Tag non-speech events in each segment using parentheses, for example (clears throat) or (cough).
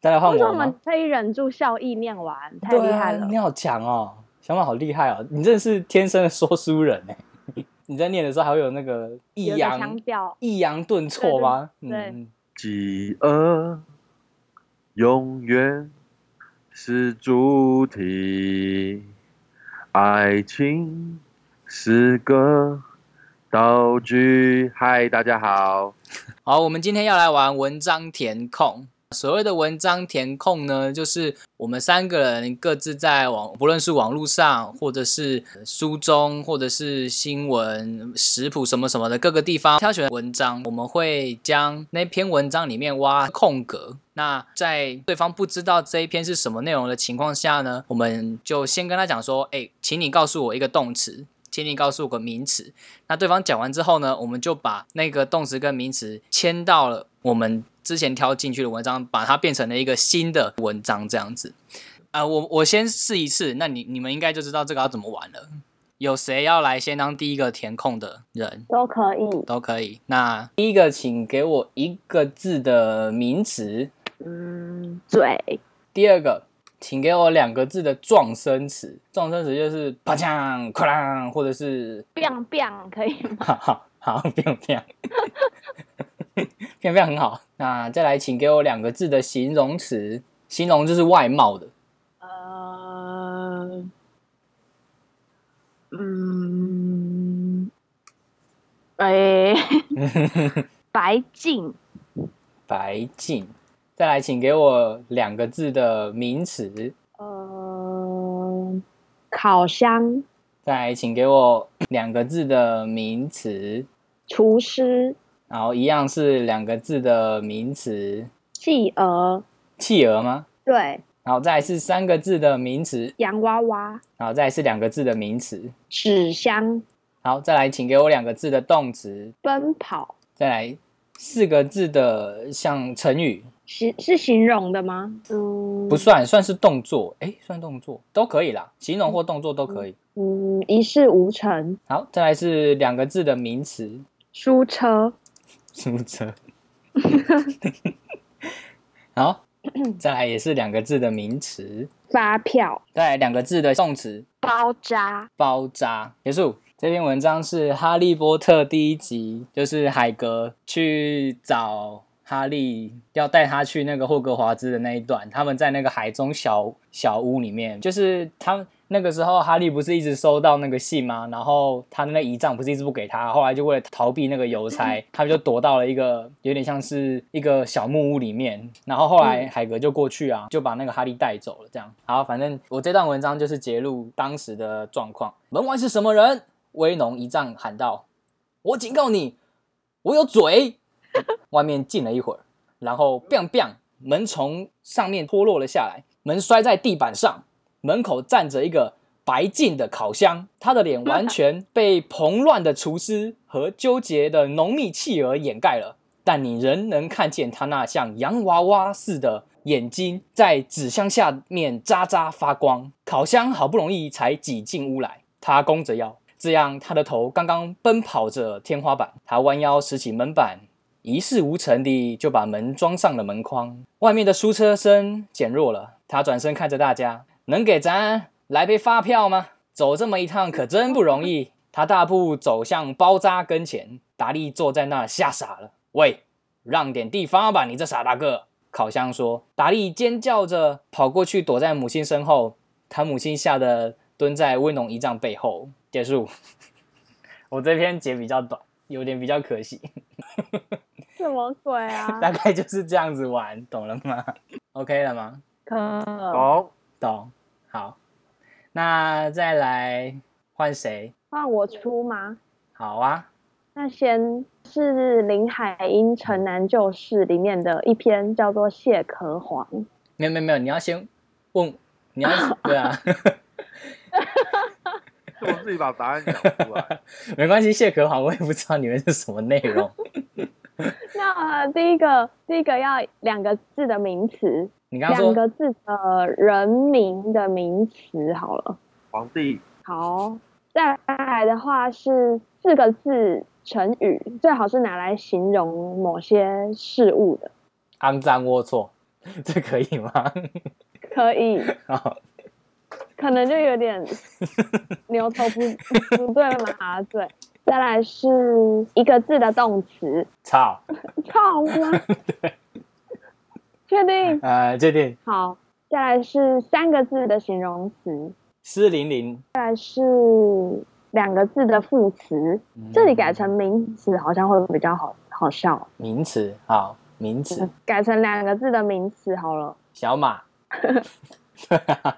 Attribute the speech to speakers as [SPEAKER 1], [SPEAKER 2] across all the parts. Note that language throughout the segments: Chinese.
[SPEAKER 1] 再来换
[SPEAKER 2] 为什么
[SPEAKER 1] 我
[SPEAKER 2] 我
[SPEAKER 1] 吗
[SPEAKER 2] 们？可以忍住笑意念完？太
[SPEAKER 1] 对
[SPEAKER 2] 厉
[SPEAKER 1] 啊
[SPEAKER 2] 害了！
[SPEAKER 1] 你好强哦，小马好厉害哦，你真的是天生的说书人哎！ (laughs) 你在念的时候还会有那个抑
[SPEAKER 2] 有一个腔
[SPEAKER 1] 扬
[SPEAKER 2] 调，
[SPEAKER 1] 抑扬顿挫吗？
[SPEAKER 2] 对对
[SPEAKER 1] 嗯，
[SPEAKER 3] 饥饿永远是主题，爱情是个道具。嗨，大家好，
[SPEAKER 1] 好，我们今天要来玩文章填空。所谓的文章填空呢，就是我们三个人各自在网，不论是网络上，或者是书中，或者是新闻、食谱什么什么的各个地方挑选文章，我们会将那篇文章里面挖空格。那在对方不知道这一篇是什么内容的情况下呢，我们就先跟他讲说：“哎，请你告诉我一个动词，请你告诉我个名词。”那对方讲完之后呢，我们就把那个动词跟名词迁到了我们之前挑进去的文章，把它变成了一个新的文章这样子。啊、我我先试一次，那你你们应该就知道这个要怎么玩了。有谁要来先当第一个填空的人
[SPEAKER 2] 都可以。
[SPEAKER 1] 都可以。那第一个，请给我一个字的名词；
[SPEAKER 2] 嗯，嘴
[SPEAKER 1] 第二个，请给我两个字的撞声词。撞声词就是啪嚓、哐啷，或者是
[SPEAKER 2] biang biang 可以吗？
[SPEAKER 1] 好好好，不用这样，这样这样很好。那再来，请给我两个字的形容词，形容就是外貌的，
[SPEAKER 2] 呃，嗯，
[SPEAKER 1] (laughs)
[SPEAKER 2] 哎、白净
[SPEAKER 1] 白净。再来，请给我两个字的名词，
[SPEAKER 2] 呃，烤箱、
[SPEAKER 1] 再来，请给我 (coughs) 两个字的名词，
[SPEAKER 2] 厨师、
[SPEAKER 1] 然后一样是两个字的名词，
[SPEAKER 2] 企鹅，
[SPEAKER 1] 企鹅吗？
[SPEAKER 2] 对，
[SPEAKER 1] 然后再来是三个字的名词，
[SPEAKER 2] 洋娃娃、
[SPEAKER 1] 然后再来是两个字的名词。
[SPEAKER 2] 纸箱、
[SPEAKER 1] 好，再来，请给我两个字的动词，
[SPEAKER 2] 奔跑，
[SPEAKER 1] 再来四个字的像成语，
[SPEAKER 2] 形是形容的吗？嗯，
[SPEAKER 1] 不，算算是动作，哎，算动作都可以啦，形容或动作都可以。
[SPEAKER 2] 嗯，一事无成，
[SPEAKER 1] 好，再来是两个字的名词，
[SPEAKER 2] 书车，
[SPEAKER 1] 书车。好，再来也是两个字的名词，
[SPEAKER 2] 发票，
[SPEAKER 1] 再来两个字的动词，
[SPEAKER 2] 包扎，
[SPEAKER 1] 包扎。结束。这篇文章是《哈利波特》第一集，就是海格去找哈利，要带他去那个霍格华兹的那一段。他们在那个海中小小屋里面，就是他那个时候，哈利不是一直收到那个信吗？然后他的那仪仗不是一直不给他，后来就为了逃避那个邮差，他们就躲到了一个有点像是一个小木屋里面。然后后来
[SPEAKER 2] 嗯
[SPEAKER 1] 海格就过去啊，就把那个哈利带走了。这样，好，反正我这段文章就是揭露当时的状况。门外是什么人？威农一丈喊道：“我警告你，我有嘴。”外面静了一会儿，然后 biang biang，门从上面脱落了下来，门摔在地板上。门口站着一个白净的烤箱，他的脸完全被蓬乱的厨师和纠结的浓密气儿掩盖了，但你仍能看见他那像洋娃娃似的眼睛在纸箱下面眨眨发光。烤箱好不容易才挤进屋来，他弓着腰，这样他的头刚刚奔跑着天花板，他弯腰拾起门板，一事无成地就把门装上了门框。外面的书车声减弱了，他转身看着大家：“能给咱来杯发票吗？走这么一趟可真不容易。”他大步走向包扎跟前，达利坐在那儿吓傻了。“喂，让点地方吧，你这傻大个！”烤箱说。达利尖叫着跑过去，躲在母亲身后。他母亲吓得蹲在威农一丈背后。结束。我这篇截比较短，有点比较可惜。
[SPEAKER 2] 什么鬼
[SPEAKER 1] 大 (laughs)
[SPEAKER 2] 啊？
[SPEAKER 1] 概就是这样子玩，懂了吗 (laughs) ？OK 了吗？哦
[SPEAKER 2] 可
[SPEAKER 3] 好、
[SPEAKER 1] 懂。好，那再来换谁？
[SPEAKER 2] 换我出吗？
[SPEAKER 1] 好啊，
[SPEAKER 2] 那先是林海音《城南旧事》里面的一篇叫做《蟹壳黄》，
[SPEAKER 1] 没有没有没有，你要先问，你要 (laughs) 对啊，
[SPEAKER 3] 是我自己把答案讲出来。
[SPEAKER 1] 没关系，蟹壳好，我也不知道里面是什么内
[SPEAKER 2] (laughs)
[SPEAKER 1] 容。
[SPEAKER 2] 那、呃、第一个第一个要两个字的名词，
[SPEAKER 1] 你刚刚说
[SPEAKER 2] 两个字的人名的名词好了。
[SPEAKER 3] 皇帝
[SPEAKER 2] 好，再来的话是四个字成语，最好是拿来形容某些事物的。
[SPEAKER 1] 肮脏龌龊， (laughs) 这可以吗？ (laughs)
[SPEAKER 2] 可以，
[SPEAKER 1] 好，
[SPEAKER 2] 可能就有点牛头不不对马嘴。再来是一个字的动词，
[SPEAKER 1] 操，
[SPEAKER 2] 操吗？确定？
[SPEAKER 1] 呃，这点
[SPEAKER 2] 好，再来是三个字的形容词，
[SPEAKER 1] 湿淋淋，
[SPEAKER 2] 再来是两个字的副词，
[SPEAKER 1] 嗯
[SPEAKER 2] 这里改成名词好像会比较好好笑，
[SPEAKER 1] 名词，好，名词，
[SPEAKER 2] 改成两个字的名词好了。
[SPEAKER 1] 小
[SPEAKER 2] (laughs)
[SPEAKER 1] 马， (laughs) 对啊，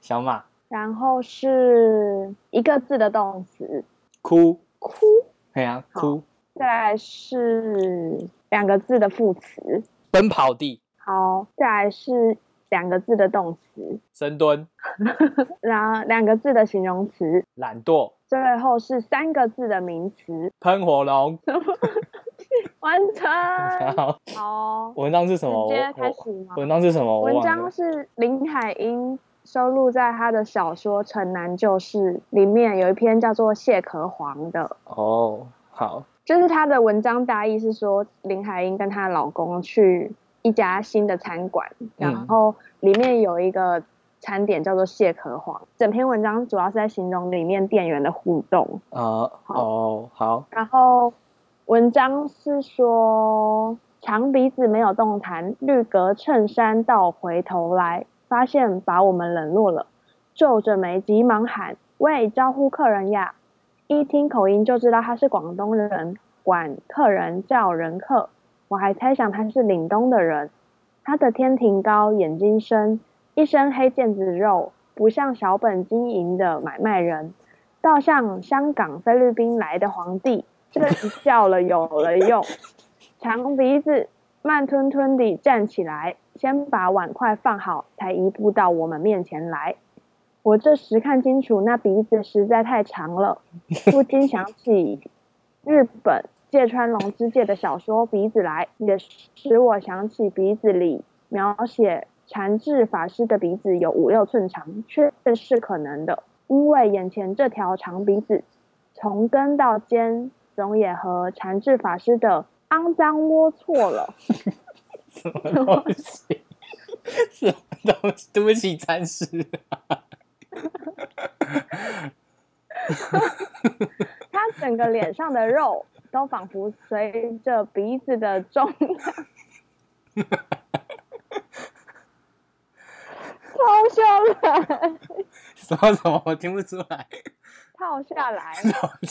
[SPEAKER 1] 小马
[SPEAKER 2] 然后是一个字的动词，
[SPEAKER 1] 哭，
[SPEAKER 2] 哭。
[SPEAKER 1] 哎呀，
[SPEAKER 2] 好
[SPEAKER 1] 哭，
[SPEAKER 2] 再来是两个字的副词，
[SPEAKER 1] 奔跑地，
[SPEAKER 2] 好，再来是两个字的动词，
[SPEAKER 1] 深蹲，
[SPEAKER 2] 然后两个字的形容词，
[SPEAKER 1] 懒惰，
[SPEAKER 2] 最后是三个字的名词， (laughs)
[SPEAKER 1] 喷火龙，
[SPEAKER 2] 完
[SPEAKER 1] (laughs)
[SPEAKER 2] 成。
[SPEAKER 1] 好，
[SPEAKER 2] 好，
[SPEAKER 1] 文章是什么？
[SPEAKER 2] 嗯直接开
[SPEAKER 1] 我
[SPEAKER 2] 始吗
[SPEAKER 1] 我？文章是什么？我
[SPEAKER 2] 文
[SPEAKER 1] 忘
[SPEAKER 2] 章
[SPEAKER 1] 了。
[SPEAKER 2] 是林海音收录在他的小说《城南旧事》里面，有一篇叫做《蟹壳黄》的。
[SPEAKER 1] 哦，好，
[SPEAKER 2] 就是他的文章大意是说，林海音跟她老公去一家新的餐馆，然后里面有一个餐点叫做蟹壳黄。整篇文章主要是在形容里面店员的互动，
[SPEAKER 1] 呃，
[SPEAKER 2] 好
[SPEAKER 1] 哦，好， (laughs)
[SPEAKER 2] 然后文章是说，长鼻子没有动弹，绿格衬衫倒回头来，发现把我们冷落了，皱着眉急忙喊：“喂，招呼客人呀！”一听口音就知道他是广东人，管客人叫人客。我还猜想他是岭东的人。他的天庭高，眼睛深，一身黑腱子肉，不像小本经营的买卖人。倒像香港、菲律宾来的皇帝，这一笑了有了用。长鼻子慢吞吞地站起来，先把碗筷放好，才移步到我们面前来。我这时看清楚，那鼻子实在太长了，不禁想起日本芥川龙之介的小说《鼻子来》，也使我想起鼻子里描写禅智法师的鼻子有五六寸长，确是可能的。因为眼前这条长鼻子，从根到尖，总也和禅智法师的肮脏龌龊了。
[SPEAKER 1] 什么东西？ (laughs) 什么东西？对不起，禅师。
[SPEAKER 2] 他整个脸上的肉都仿佛随着鼻子的重量，超下来，
[SPEAKER 1] 什么什么？我听不出来。 (laughs)
[SPEAKER 2] 套下来，
[SPEAKER 1] 我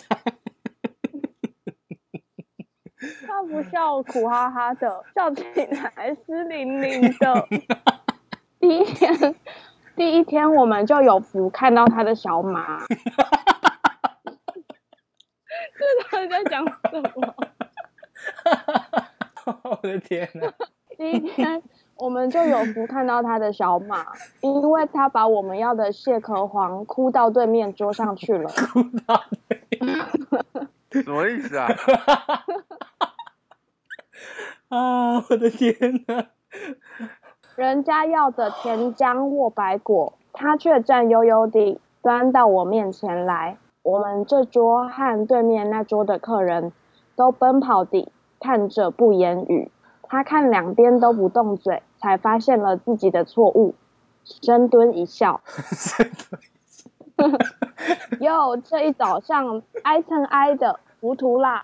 [SPEAKER 2] 他不笑苦哈哈的，笑起来湿淋淋的。第一天，第一天我们就有福看到他的小马。 (laughs) 这到底在讲什么？
[SPEAKER 1] 的天哪、
[SPEAKER 2] 第一天我们就有福看到他的小马，因为他把我们要的蟹壳黄哭到对面桌上去了。
[SPEAKER 3] 什么意思啊？
[SPEAKER 1] 啊！我的天哪、
[SPEAKER 2] 人家要的甜浆握白果，他却站悠悠地端到我面前来。我们这桌和对面那桌的客人都奔跑地看着不言语。他看两边都不动嘴，才发现了自己的错误，深蹲一笑。 (laughs) 哟，这一早上挨蹭挨的，糊涂啦！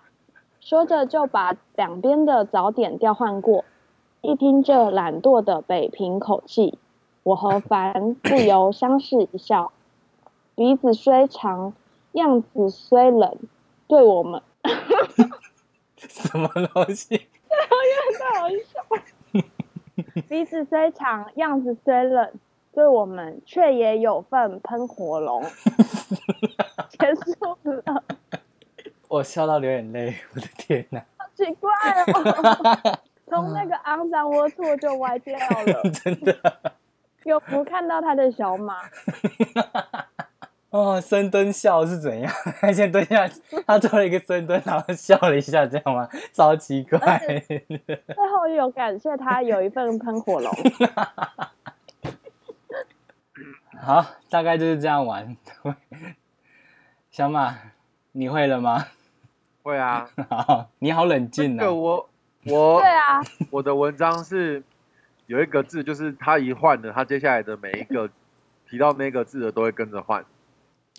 [SPEAKER 2] 说着就把两边的早点调换过。一听这懒惰的北平口气，我和凡不由相视一笑。鼻子虽长，样子虽冷，对我们
[SPEAKER 1] 什么东西？
[SPEAKER 2] 太好笑。 (laughs) 鼻子虽长，样子虽冷，对我们却也有份喷火龙。结束了，
[SPEAKER 1] 我笑到流眼泪！我的天哪、
[SPEAKER 2] 好奇怪哦，从那个肮脏龌龊就歪掉了。
[SPEAKER 1] 真的
[SPEAKER 2] 有福看到他的小马，
[SPEAKER 1] (laughs) 哦，深蹲笑是怎样？ (laughs) 他先蹲下，他做了一个深蹲，然后笑了一下，这样吗？超奇怪！
[SPEAKER 2] 最后有感谢他有一份喷火龙。
[SPEAKER 1] (laughs) 好，大概就是这样玩。小马，你会了吗？ (laughs)
[SPEAKER 3] 会啊，
[SPEAKER 1] 好，你好冷
[SPEAKER 3] 这
[SPEAKER 1] 静啊
[SPEAKER 3] 个
[SPEAKER 1] 哦。
[SPEAKER 3] 我我
[SPEAKER 2] 对啊，
[SPEAKER 3] 我的文章是有一个字，就是他一换了，他接下来的每一个提到那个字的都会跟着换，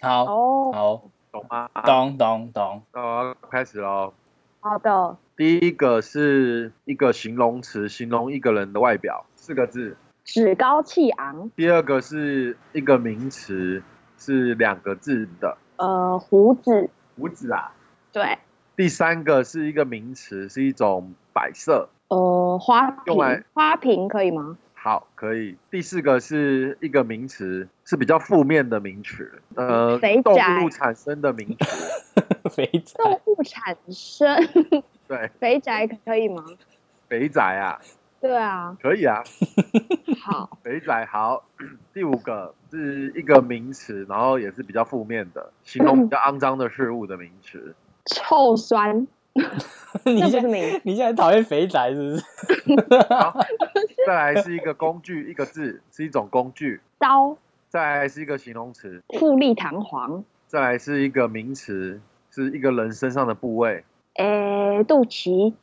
[SPEAKER 1] 好
[SPEAKER 2] 哦，
[SPEAKER 1] 好，
[SPEAKER 3] 懂吗？。
[SPEAKER 1] 懂懂懂，
[SPEAKER 3] 那我要开始喽。
[SPEAKER 2] 好的，
[SPEAKER 3] 第一个是一个形容词，形容一个人的外表，四个字。
[SPEAKER 2] 趾高气昂，
[SPEAKER 3] 第二个是一个名词，是两个字的
[SPEAKER 2] 呃，胡子，
[SPEAKER 3] 胡子啊。
[SPEAKER 2] 对，
[SPEAKER 3] 第三个是一个名词，是一种摆设。
[SPEAKER 2] 呃，花
[SPEAKER 3] 用来
[SPEAKER 2] 瓶，花瓶可以吗？
[SPEAKER 3] 好，可以。第四个是一个名词，是比较负面的名词，呃，
[SPEAKER 2] 肥
[SPEAKER 3] 动
[SPEAKER 2] 宅
[SPEAKER 3] 物产生的名词。
[SPEAKER 1] (laughs) 肥仔
[SPEAKER 2] 动物产 (laughs) 生
[SPEAKER 3] 对，
[SPEAKER 2] 肥宅可以吗？
[SPEAKER 3] 肥宅啊，
[SPEAKER 2] 对啊，
[SPEAKER 3] 可以啊，
[SPEAKER 2] 好，
[SPEAKER 3] 肥宅好。 (clears throat) 第五个是一个名词，然后也是比较负面的，形容比较肮脏的事物的名词。
[SPEAKER 2] 臭酸，
[SPEAKER 1] 你
[SPEAKER 2] 那不
[SPEAKER 1] 现
[SPEAKER 2] 是
[SPEAKER 1] 在
[SPEAKER 2] 名字，
[SPEAKER 1] 你现在讨厌肥仔是不 (laughs) 是？
[SPEAKER 3] 再来是一个工具，一个字是一种工具。
[SPEAKER 2] 刀，
[SPEAKER 3] 再来是一个形容词，
[SPEAKER 2] 富丽堂皇，
[SPEAKER 3] 再来是一个名词，是一个人身上的部位。
[SPEAKER 2] 诶，呃肚脐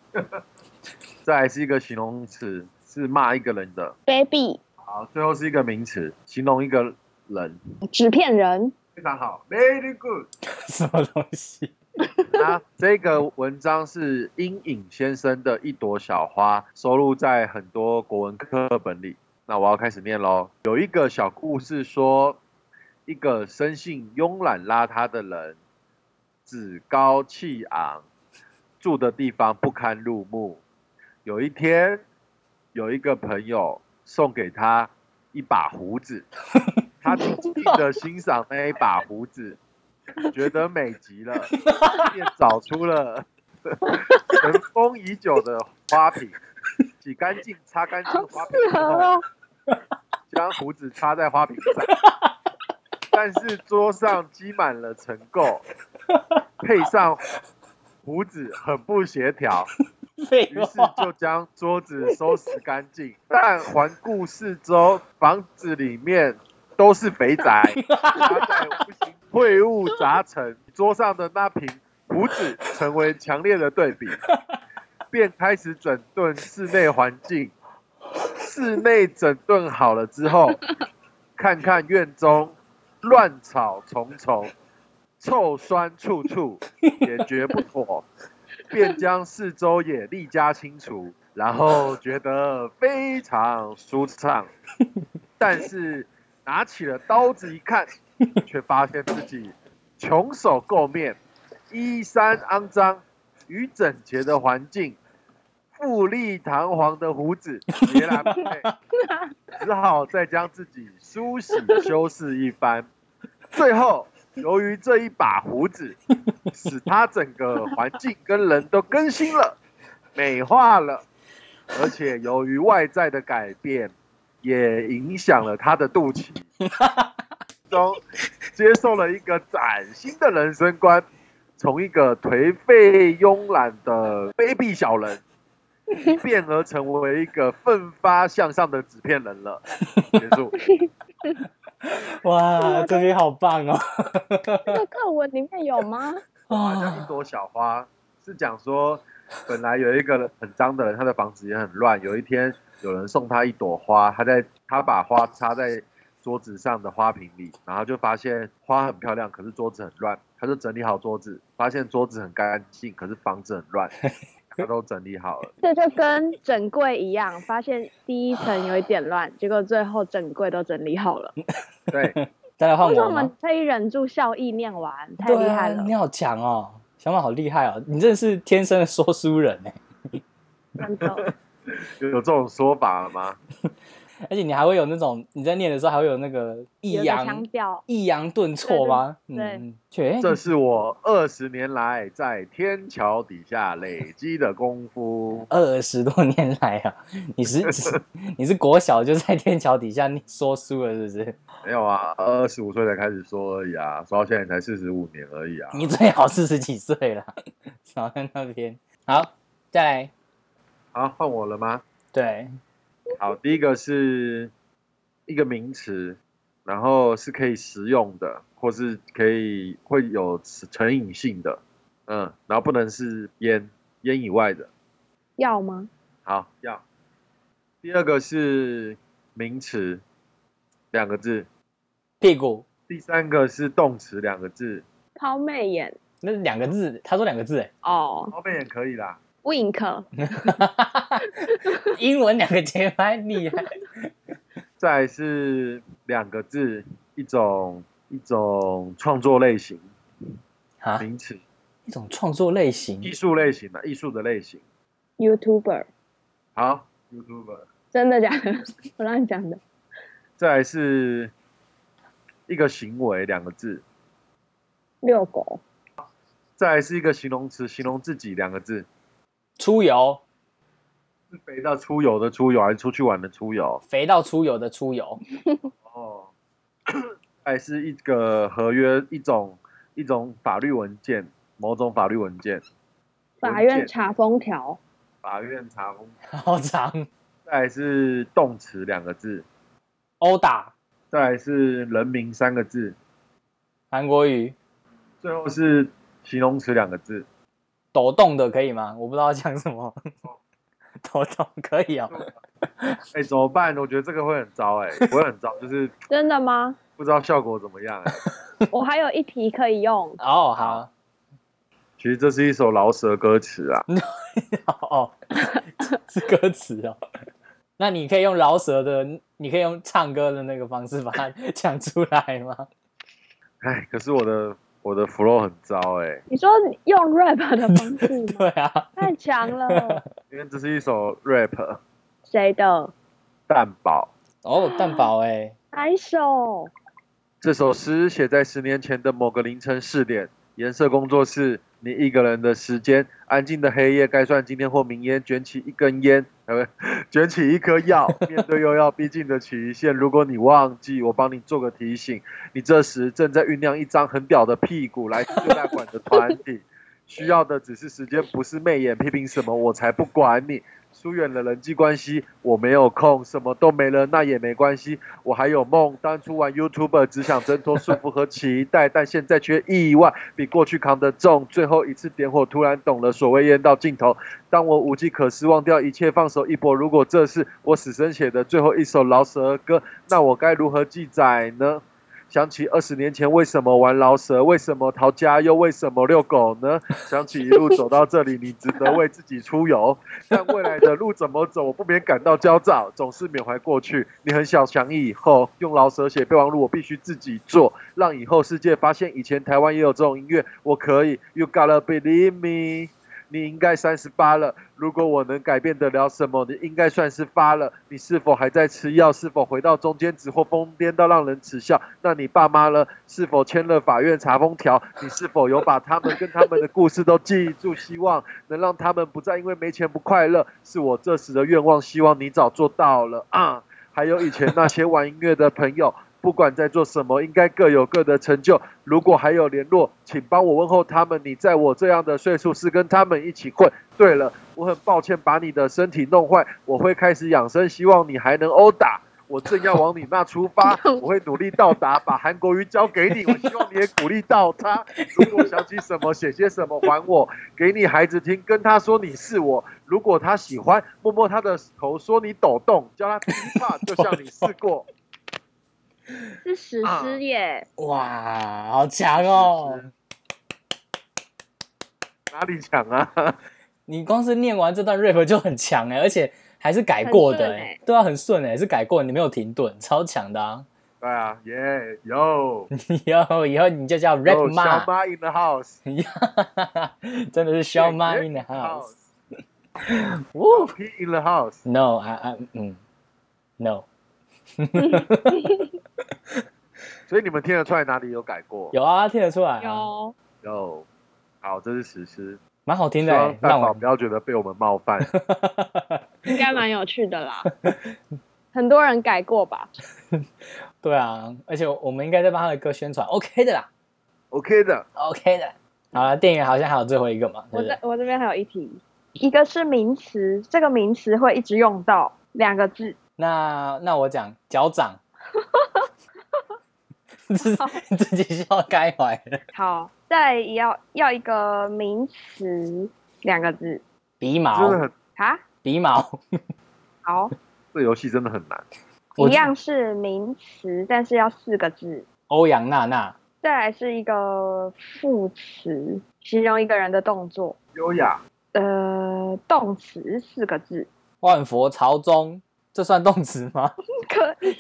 [SPEAKER 3] 再来是一个形容词，是骂一个人的。
[SPEAKER 2] ，baby，
[SPEAKER 3] 好，最后是一个名词，形容一个人，
[SPEAKER 2] 纸片人，
[SPEAKER 3] 非常好，very good。
[SPEAKER 1] 什么东西？ (laughs)
[SPEAKER 3] 那这个文章是阴影先生的一朵小花，收录在很多国文课本里。那我要开始念喽。有一个小故事说，一个生性慵懒邋遢的人，趾高气昂，住的地方不堪入目。有一天，有一个朋友送给他一把胡子，他静静的欣赏那一把胡子，觉得美极了，便找出了尘封已久的花瓶，洗干净、擦干净
[SPEAKER 2] (laughs) 好
[SPEAKER 3] 花瓶
[SPEAKER 2] 适
[SPEAKER 3] 之
[SPEAKER 2] 合
[SPEAKER 3] 后，
[SPEAKER 2] 哦，
[SPEAKER 3] 将胡子插在花瓶上，但是桌上积满了尘垢，配上胡子很不协调，
[SPEAKER 1] 废
[SPEAKER 3] 于是
[SPEAKER 1] 话，
[SPEAKER 3] 就将桌子收拾干净。但环顾四周，房子里面都是肥宅，他在无形秽物杂陈，桌上的那瓶胡子成为强烈的对比，便开始整顿室内环境。室内整顿好了之后，看看院中乱草丛丛，臭酸处处，解决不妥，便将四周也力加清除，然后觉得非常舒畅。但是拿起了刀子一看，却发现自己穷手垢面，衣衫肮脏，与整洁的环境。富丽堂皇的胡子截然不配，只好再将自己梳洗修饰一番。最后，由于这一把胡子，使他整个环境跟人都更新了、美化了，而且由于外在的改变，也影响了他的肚脐，中接受了一个崭新的人生观，从一个颓废慵懒的卑鄙小人。 (laughs) 变而成为一个奋发向上的纸片人了。结束。
[SPEAKER 1] 哇，这边好棒哦！
[SPEAKER 2] 这个课文里面有吗？
[SPEAKER 3] 好像一
[SPEAKER 1] 啊，
[SPEAKER 3] 朵小花，是讲说本来有一个人很脏的人，他的房子也很乱。有一天有人送他一朵花，他在他把花插在桌子上的花瓶里，然后就发现花很漂亮，可是桌子很乱。他就整理好桌子，发现桌子很干净，可是房子很乱。他都整理好了，
[SPEAKER 2] 这就跟整柜一样，发现第一层有一点乱，结果最后整柜都整理好了。
[SPEAKER 3] 对，
[SPEAKER 1] 再来换
[SPEAKER 2] 为什么
[SPEAKER 1] 我
[SPEAKER 2] 我
[SPEAKER 1] 吗
[SPEAKER 2] 们？可以忍住笑意念完？太
[SPEAKER 1] 对
[SPEAKER 2] 厉害
[SPEAKER 1] 啊
[SPEAKER 2] 了，
[SPEAKER 1] 你好强哦，小马好厉害哦，你真的是天生的说书人哎，
[SPEAKER 2] 真的。
[SPEAKER 3] 有有这种说法吗？
[SPEAKER 1] (laughs) 而且你还会有那种你在念的时候还会有那个抑
[SPEAKER 2] 有一个腔
[SPEAKER 1] 扬
[SPEAKER 2] 调，
[SPEAKER 1] 抑扬顿挫吗？
[SPEAKER 2] 对对
[SPEAKER 1] 嗯，确哎
[SPEAKER 3] 这是我二十年来在天桥底下累积的功夫。
[SPEAKER 1] 二十多年来啊， (laughs) 你
[SPEAKER 3] (laughs)
[SPEAKER 1] 是你是国小就在天桥底下念说书了，是不
[SPEAKER 3] (laughs)
[SPEAKER 1] 是？
[SPEAKER 3] 没有啊，二十五岁才开始说而已啊，说到现在才四十五年而已啊。
[SPEAKER 1] 你最好四十几岁了， (laughs) 少在那边。好，再来，
[SPEAKER 3] 好，换我了吗？
[SPEAKER 1] 对，
[SPEAKER 3] 好，第一个是一个名词，然后是可以食用的，或是可以会有成瘾性的，嗯，然后不能是烟烟以外的。
[SPEAKER 2] 要吗？
[SPEAKER 3] 好，要第二个是名词，两个字；
[SPEAKER 1] 屁股
[SPEAKER 3] 第三个是动词，两个字。
[SPEAKER 2] 抛媚眼
[SPEAKER 1] 那是两个字，他说两个字，哎， (laughs)
[SPEAKER 2] 哦
[SPEAKER 3] 后面也可以啦。
[SPEAKER 2] ，wink
[SPEAKER 1] 英文两个节拍厉害。 (laughs)
[SPEAKER 3] 再来是两个字，一种一种创作类型，
[SPEAKER 1] 啊，
[SPEAKER 3] 名词，
[SPEAKER 1] 一种创作类型
[SPEAKER 3] 艺术类型的啊艺术的类型。
[SPEAKER 2] YouTuber，
[SPEAKER 3] 好，YouTuber。
[SPEAKER 2] 真的假的？ (laughs) 我乱讲的。
[SPEAKER 3] 再来是一个行为，两个字；
[SPEAKER 2] 遛狗，
[SPEAKER 3] 再来是一个形容词，形容自己，两个字。
[SPEAKER 1] 出游，
[SPEAKER 3] 是肥到出游的出游，还是出去玩的出游？
[SPEAKER 1] 肥到出游的出游， (laughs)
[SPEAKER 3] 哦， (coughs) 还是一个合约，一种一种法律文件，某种法律文件，
[SPEAKER 2] 法
[SPEAKER 3] 文件
[SPEAKER 2] 院查封条，
[SPEAKER 3] 法院查封。
[SPEAKER 1] 好长，
[SPEAKER 3] 再来是动词两个字，
[SPEAKER 1] 殴打，
[SPEAKER 3] 再来是人名三个字，
[SPEAKER 1] 韩国语，
[SPEAKER 3] 最后是形容词两个字。
[SPEAKER 1] 抖动的可以吗？我不知道讲什么，抖动可以哦。
[SPEAKER 3] 哎、怎么办？我觉得这个会很糟、哎，不会很糟，就是
[SPEAKER 2] 真的吗？
[SPEAKER 3] 不知道效果怎么样、哎，
[SPEAKER 2] 我还有一题可以用， (laughs)
[SPEAKER 1] 哦，好，
[SPEAKER 3] 其实这是一首饶舌歌词啊。
[SPEAKER 1] 哦，是歌词哦。那你可以用饶舌的，你可以用唱歌的那个方式把它 (laughs) 讲出来吗？
[SPEAKER 3] 哎，可是我的我的 flow 很糟、哎，
[SPEAKER 2] 你说用 rap 的方
[SPEAKER 1] (laughs)
[SPEAKER 2] 式吗，
[SPEAKER 1] 对啊，
[SPEAKER 2] 太强了，
[SPEAKER 3] 因为这是一首 rap，
[SPEAKER 2] 谁的？
[SPEAKER 3] 蛋堡。
[SPEAKER 1] 哦，蛋堡哎，
[SPEAKER 2] 哪一首？
[SPEAKER 3] 这首诗写在十年前的某个凌晨四点，颜色工作室，你一个人的时间，安静的黑夜，该算今天或明天，卷起一根烟，呃， (laughs) 卷起一颗药，面对又要逼近的期限，如果你忘记，我帮你做个提醒，你这时正在酝酿一张很屌的屁股，来自最大馆的团体，需要的只是时间，不是媚眼批评什么，我才不管你。疏远了人际关系，我没有空，什么都没了，那也没关系，我还有梦。当初玩 YouTuber 只想挣脱束缚和期待，但现在却意外比过去扛得重。最后一次点火，突然懂了所谓烟到尽头。当我无计可施，忘掉一切，放手一搏。如果这是我死生写的最后一首饶舌歌，那我该如何记载呢？想起二十年前为什么玩饶舌，为什么逃家，又为什么遛狗呢？想起一路走到这里，你值得为自己出游。 (laughs) 但未来的路怎么走，我不免感到焦躁，总是缅怀过去。你很想想以后，用饶舌写备忘录，我必须自己做，让以后世界发现以前台湾也有这种音乐，我可以。You gotta believe me。你应该三十八了，如果我能改变得了什么，你应该算是发了。你是否还在吃药？是否回到中间值或疯癫到让人耻笑？那你爸妈呢？是否签了法院查封条？你是否有把他们跟他们的故事都记住？希望能让他们不再因为没钱不快乐，是我这时的愿望。希望你早做到了啊！还有以前那些玩音乐的朋友， (laughs) 不管在做什么，应该各有各的成就。如果还有联络，请帮我问候他们。你在我这样的岁数是跟他们一起混。对了，我很抱歉把你的身体弄坏，我会开始养生，希望你还能殴打。我正要往你那出发，我会努力到达，把韩国瑜交给你。我希望你也鼓励到他。如果想起什么，写些什么还我，给你孩子听，跟他说你是我。如果他喜欢，摸摸他的头，说你抖动，叫他听话，就像你试过。 (laughs)
[SPEAKER 2] 是史
[SPEAKER 3] 啊
[SPEAKER 2] 诗耶，
[SPEAKER 1] 哇，好强哦！
[SPEAKER 3] 哪里强啊？ (laughs)
[SPEAKER 1] 你光是念完这段 rap 就很强哎、而且还是改过的、
[SPEAKER 2] 很顺
[SPEAKER 1] 欸
[SPEAKER 2] 欸，
[SPEAKER 1] 对啊，很顺哎、是改过，你没有停顿，超强的啊！ (laughs)
[SPEAKER 3] 对啊，耶，有
[SPEAKER 1] 以后以后你就叫 rap
[SPEAKER 3] 有小
[SPEAKER 1] 妈，
[SPEAKER 3] 妈 in the house，
[SPEAKER 1] (laughs) 真的是小妈 in the house。Woo!
[SPEAKER 3] p in the house。
[SPEAKER 1] No, I I 嗯，No
[SPEAKER 3] 所以你们听得出来哪里有改过？
[SPEAKER 1] 有啊，听得出来、啊，
[SPEAKER 2] 有
[SPEAKER 1] (laughs)
[SPEAKER 3] 有，好，这是实施。
[SPEAKER 1] 蛮好听
[SPEAKER 3] 希
[SPEAKER 1] 的、
[SPEAKER 3] 望
[SPEAKER 1] 欸，
[SPEAKER 3] 大
[SPEAKER 1] 让
[SPEAKER 3] 宝
[SPEAKER 1] 我
[SPEAKER 3] 不要觉得被我们冒
[SPEAKER 1] (laughs)
[SPEAKER 3] 犯。
[SPEAKER 2] 应该蛮有趣的啦。很多人改过吧？
[SPEAKER 1] 对啊，而且我们应该再帮他的歌宣传，OK 的啦
[SPEAKER 3] OK 的，
[SPEAKER 1] ，OK 的。好了，电影好像还有最后一个嘛，对
[SPEAKER 2] 我
[SPEAKER 1] 不对
[SPEAKER 2] 这？我这边还有一题，一个是名词，这个名词会一直用到，两个字，
[SPEAKER 1] 那那我讲脚
[SPEAKER 2] (laughs)
[SPEAKER 1] 掌，自自己笑开怀了。
[SPEAKER 2] 好，再要要一个名词，两个字
[SPEAKER 1] 鼻
[SPEAKER 3] 真的
[SPEAKER 1] 毛，
[SPEAKER 3] 很
[SPEAKER 2] 啊。
[SPEAKER 1] 鼻毛，
[SPEAKER 2] 好，
[SPEAKER 3] 这游戏真的很难。
[SPEAKER 1] 我
[SPEAKER 2] 一样是名词，但是要四个字。
[SPEAKER 1] 欧阳娜娜，
[SPEAKER 2] 再来是一个副词，形容一个人的动作。
[SPEAKER 3] 优雅，
[SPEAKER 2] 呃，动词四个字， (laughs)
[SPEAKER 1] 万佛朝宗，这算动词吗？
[SPEAKER 2] 可以。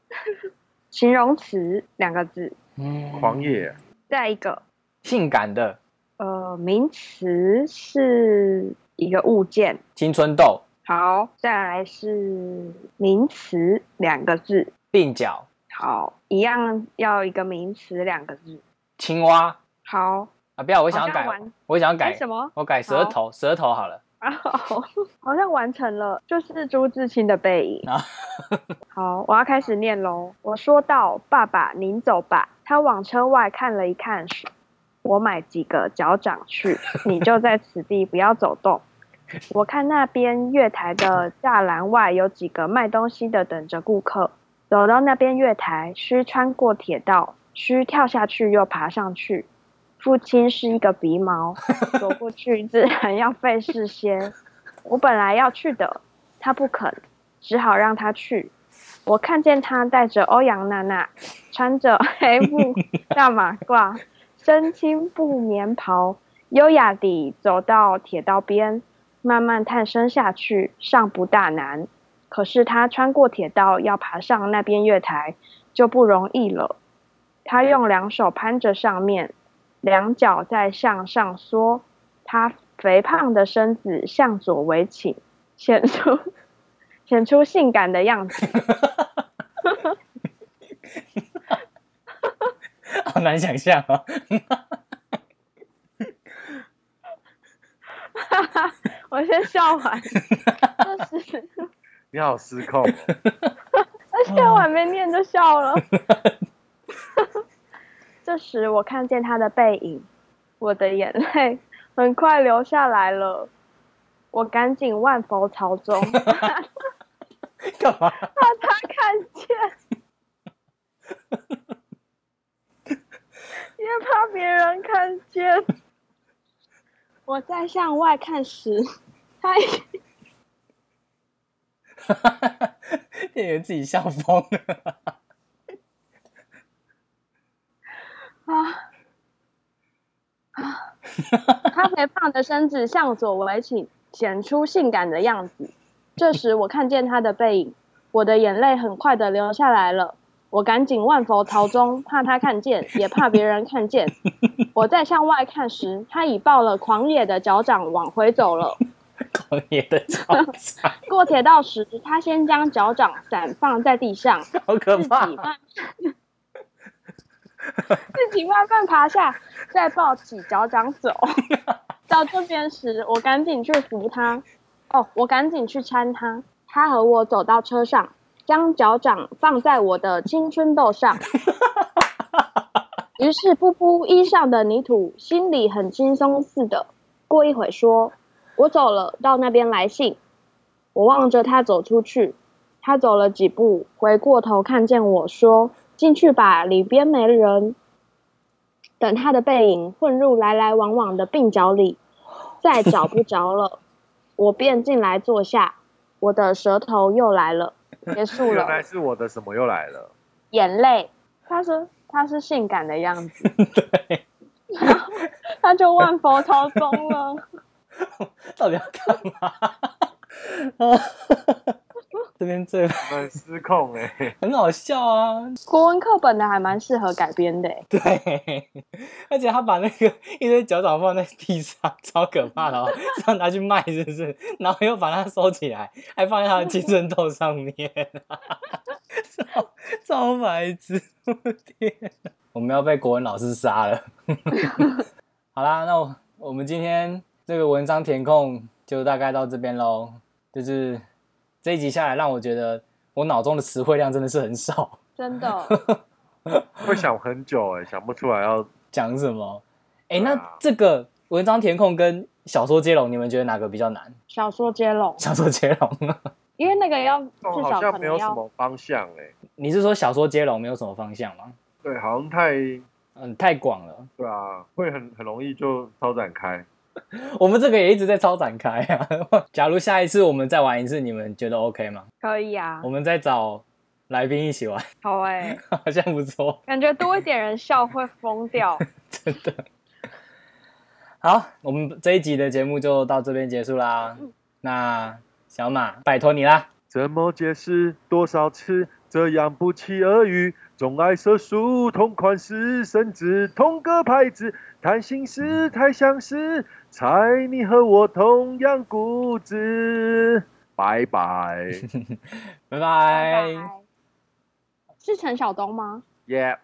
[SPEAKER 2] (laughs) 形容词两个字，
[SPEAKER 1] 嗯，
[SPEAKER 3] 狂野，
[SPEAKER 2] 再一个
[SPEAKER 1] 性感的
[SPEAKER 2] 呃名词是一个物件。
[SPEAKER 1] 青春痘，
[SPEAKER 2] 好，再来是名词两个字。
[SPEAKER 1] 鬓角，
[SPEAKER 2] 好，一样要一个名词两个字。
[SPEAKER 1] 青蛙
[SPEAKER 2] 好，
[SPEAKER 1] 啊！不要，我
[SPEAKER 2] 我
[SPEAKER 1] 想要改，
[SPEAKER 2] 完，
[SPEAKER 1] 我想要
[SPEAKER 2] 哎
[SPEAKER 1] 改，
[SPEAKER 2] 什么？
[SPEAKER 1] 我改舌头，舌头好了。
[SPEAKER 2] (laughs) 然后啊好像完成了，就是朱自清的背影。
[SPEAKER 1] 啊
[SPEAKER 2] (laughs) 好，我要开始念喽。我说道：“爸爸，您走吧。”他往车外看了一看，说我买几个脚掌去，你就在此地不要走动。我看那边月台的栅栏外有几个卖东西的等着顾客。走到那边月台，需穿过铁道，需跳下去又爬上去。父亲是一个鼻毛，走过去自然要费事些。我本来要去的，他不肯，只好让他去。我看见他带着欧阳娜娜，穿着黑布大马褂，身青布棉袍，优雅地走到铁道边，慢慢探身下去，尚不大难。可是他穿过铁道要爬上那边月台，就不容易了。他用两手攀着上面，两脚在向上缩，他肥胖的身子向左围倾，显出 (laughs) 显出性感的样子。
[SPEAKER 1] 好难想象哦。
[SPEAKER 2] 我先笑完，这是
[SPEAKER 3] 你好失控
[SPEAKER 1] (laughs)
[SPEAKER 3] 哦、
[SPEAKER 2] 那笑完没念就笑了。 (laughs) 这时我看见他的背影，我的眼泪很快流下来了。我赶紧万佛朝宗，怕
[SPEAKER 1] 干嘛？ (laughs)
[SPEAKER 2] 他看见，也怕别人看见。我在向外看时， (laughs) 他已
[SPEAKER 1] 店员自己笑疯了。
[SPEAKER 2] 啊啊！他肥胖的身子向左围倾，显出性感的样子。这时我看见他的背影，我的眼泪很快的流下来了。我赶紧万佛朝宗，怕他看见，也怕别人看见。我再向外看时，他已抱了狂野的脚掌往回走了。
[SPEAKER 1] 狂野的超长，
[SPEAKER 2] 过铁道时，他先将脚掌散放在地上，
[SPEAKER 1] 好可
[SPEAKER 2] 自己
[SPEAKER 1] 怕
[SPEAKER 2] 慢！慢自己慢慢爬下，再抱起脚掌走。 (laughs) 到这边时，我赶紧去扶他，哦，我赶紧去搀他。他和我走到车上，将脚掌放在我的青春痘上。于是，布布衣上的泥土，心里很轻松似的。过一会说：“我走了，到那边来信。”我望着他走出去，他走了几步，回过头看见我说：“进去吧，里边没人。”等他的背影混入来来往往的鬓角里，再找不着了，我便进来坐下。我的舌头又来了，结束
[SPEAKER 3] 原 (laughs)
[SPEAKER 2] 了，
[SPEAKER 3] 来是我的什么又来了？
[SPEAKER 2] 眼泪。他说他是性感的样子， (laughs) 他就万佛朝宗了。
[SPEAKER 1] 到底要干嘛？ (laughs) 啊 (laughs) 这边最
[SPEAKER 3] 很失控哎、
[SPEAKER 1] 很好笑啊！
[SPEAKER 2] 国文课本的还蛮适合改编的欸，
[SPEAKER 1] 对，而且他把那个一堆脚掌放在地上，超可怕的哦，是要拿去卖是不是？然后又把它收起来，还放在他的青春痘上面，超超白痴！我的天，我们要被国文老师杀了。 (laughs) 好啦，那我我们今天这个文章填空就大概到这边喽。就是这一集下来，让我觉得我脑中的词汇量真的是很少，
[SPEAKER 2] 真的。
[SPEAKER 3] 会想很久哎、想不出来要
[SPEAKER 1] 讲什么？哎、
[SPEAKER 3] 对啊
[SPEAKER 1] 那这个文章填空跟小说接龙，你们觉得哪个比较难？ (laughs)
[SPEAKER 2] 小说接
[SPEAKER 3] (laughs)
[SPEAKER 2] 龙，
[SPEAKER 1] 小说接龙， (laughs)
[SPEAKER 2] 因为那个要至
[SPEAKER 3] 哦好
[SPEAKER 2] 少可
[SPEAKER 3] 像没有
[SPEAKER 2] 能
[SPEAKER 3] 什
[SPEAKER 2] 要
[SPEAKER 3] 么方向哎、
[SPEAKER 1] 你是说小说接龙没有什么方向吗？
[SPEAKER 3] 对，好像太
[SPEAKER 1] 嗯，太广了。
[SPEAKER 3] 对啊，会很很容易就超展开。
[SPEAKER 1] 我们这个也一直在超展开啊。 (laughs) 假如下一次我们再玩一次，你们觉得 OK 吗？
[SPEAKER 4] 可以啊
[SPEAKER 3] 哦
[SPEAKER 1] 我，们再找来宾一起玩， (laughs)
[SPEAKER 4] 好哎、
[SPEAKER 2] 欸
[SPEAKER 1] 好像不错，
[SPEAKER 4] 感觉多一点人笑会疯
[SPEAKER 3] (laughs)
[SPEAKER 4] 掉。
[SPEAKER 1] 真的。好，我们这一集的节目就到这边结束啦。那小马，拜托你啦。
[SPEAKER 3] 怎么解释多少次这样不期而遇？总爱色素，同款式，甚至同个牌子，谈心事太相似，猜你和我同样固执。拜拜
[SPEAKER 1] 拜
[SPEAKER 4] 拜
[SPEAKER 1] 拜。
[SPEAKER 4] 拜。
[SPEAKER 2] 是陈晓东吗？
[SPEAKER 3] ，Yeah。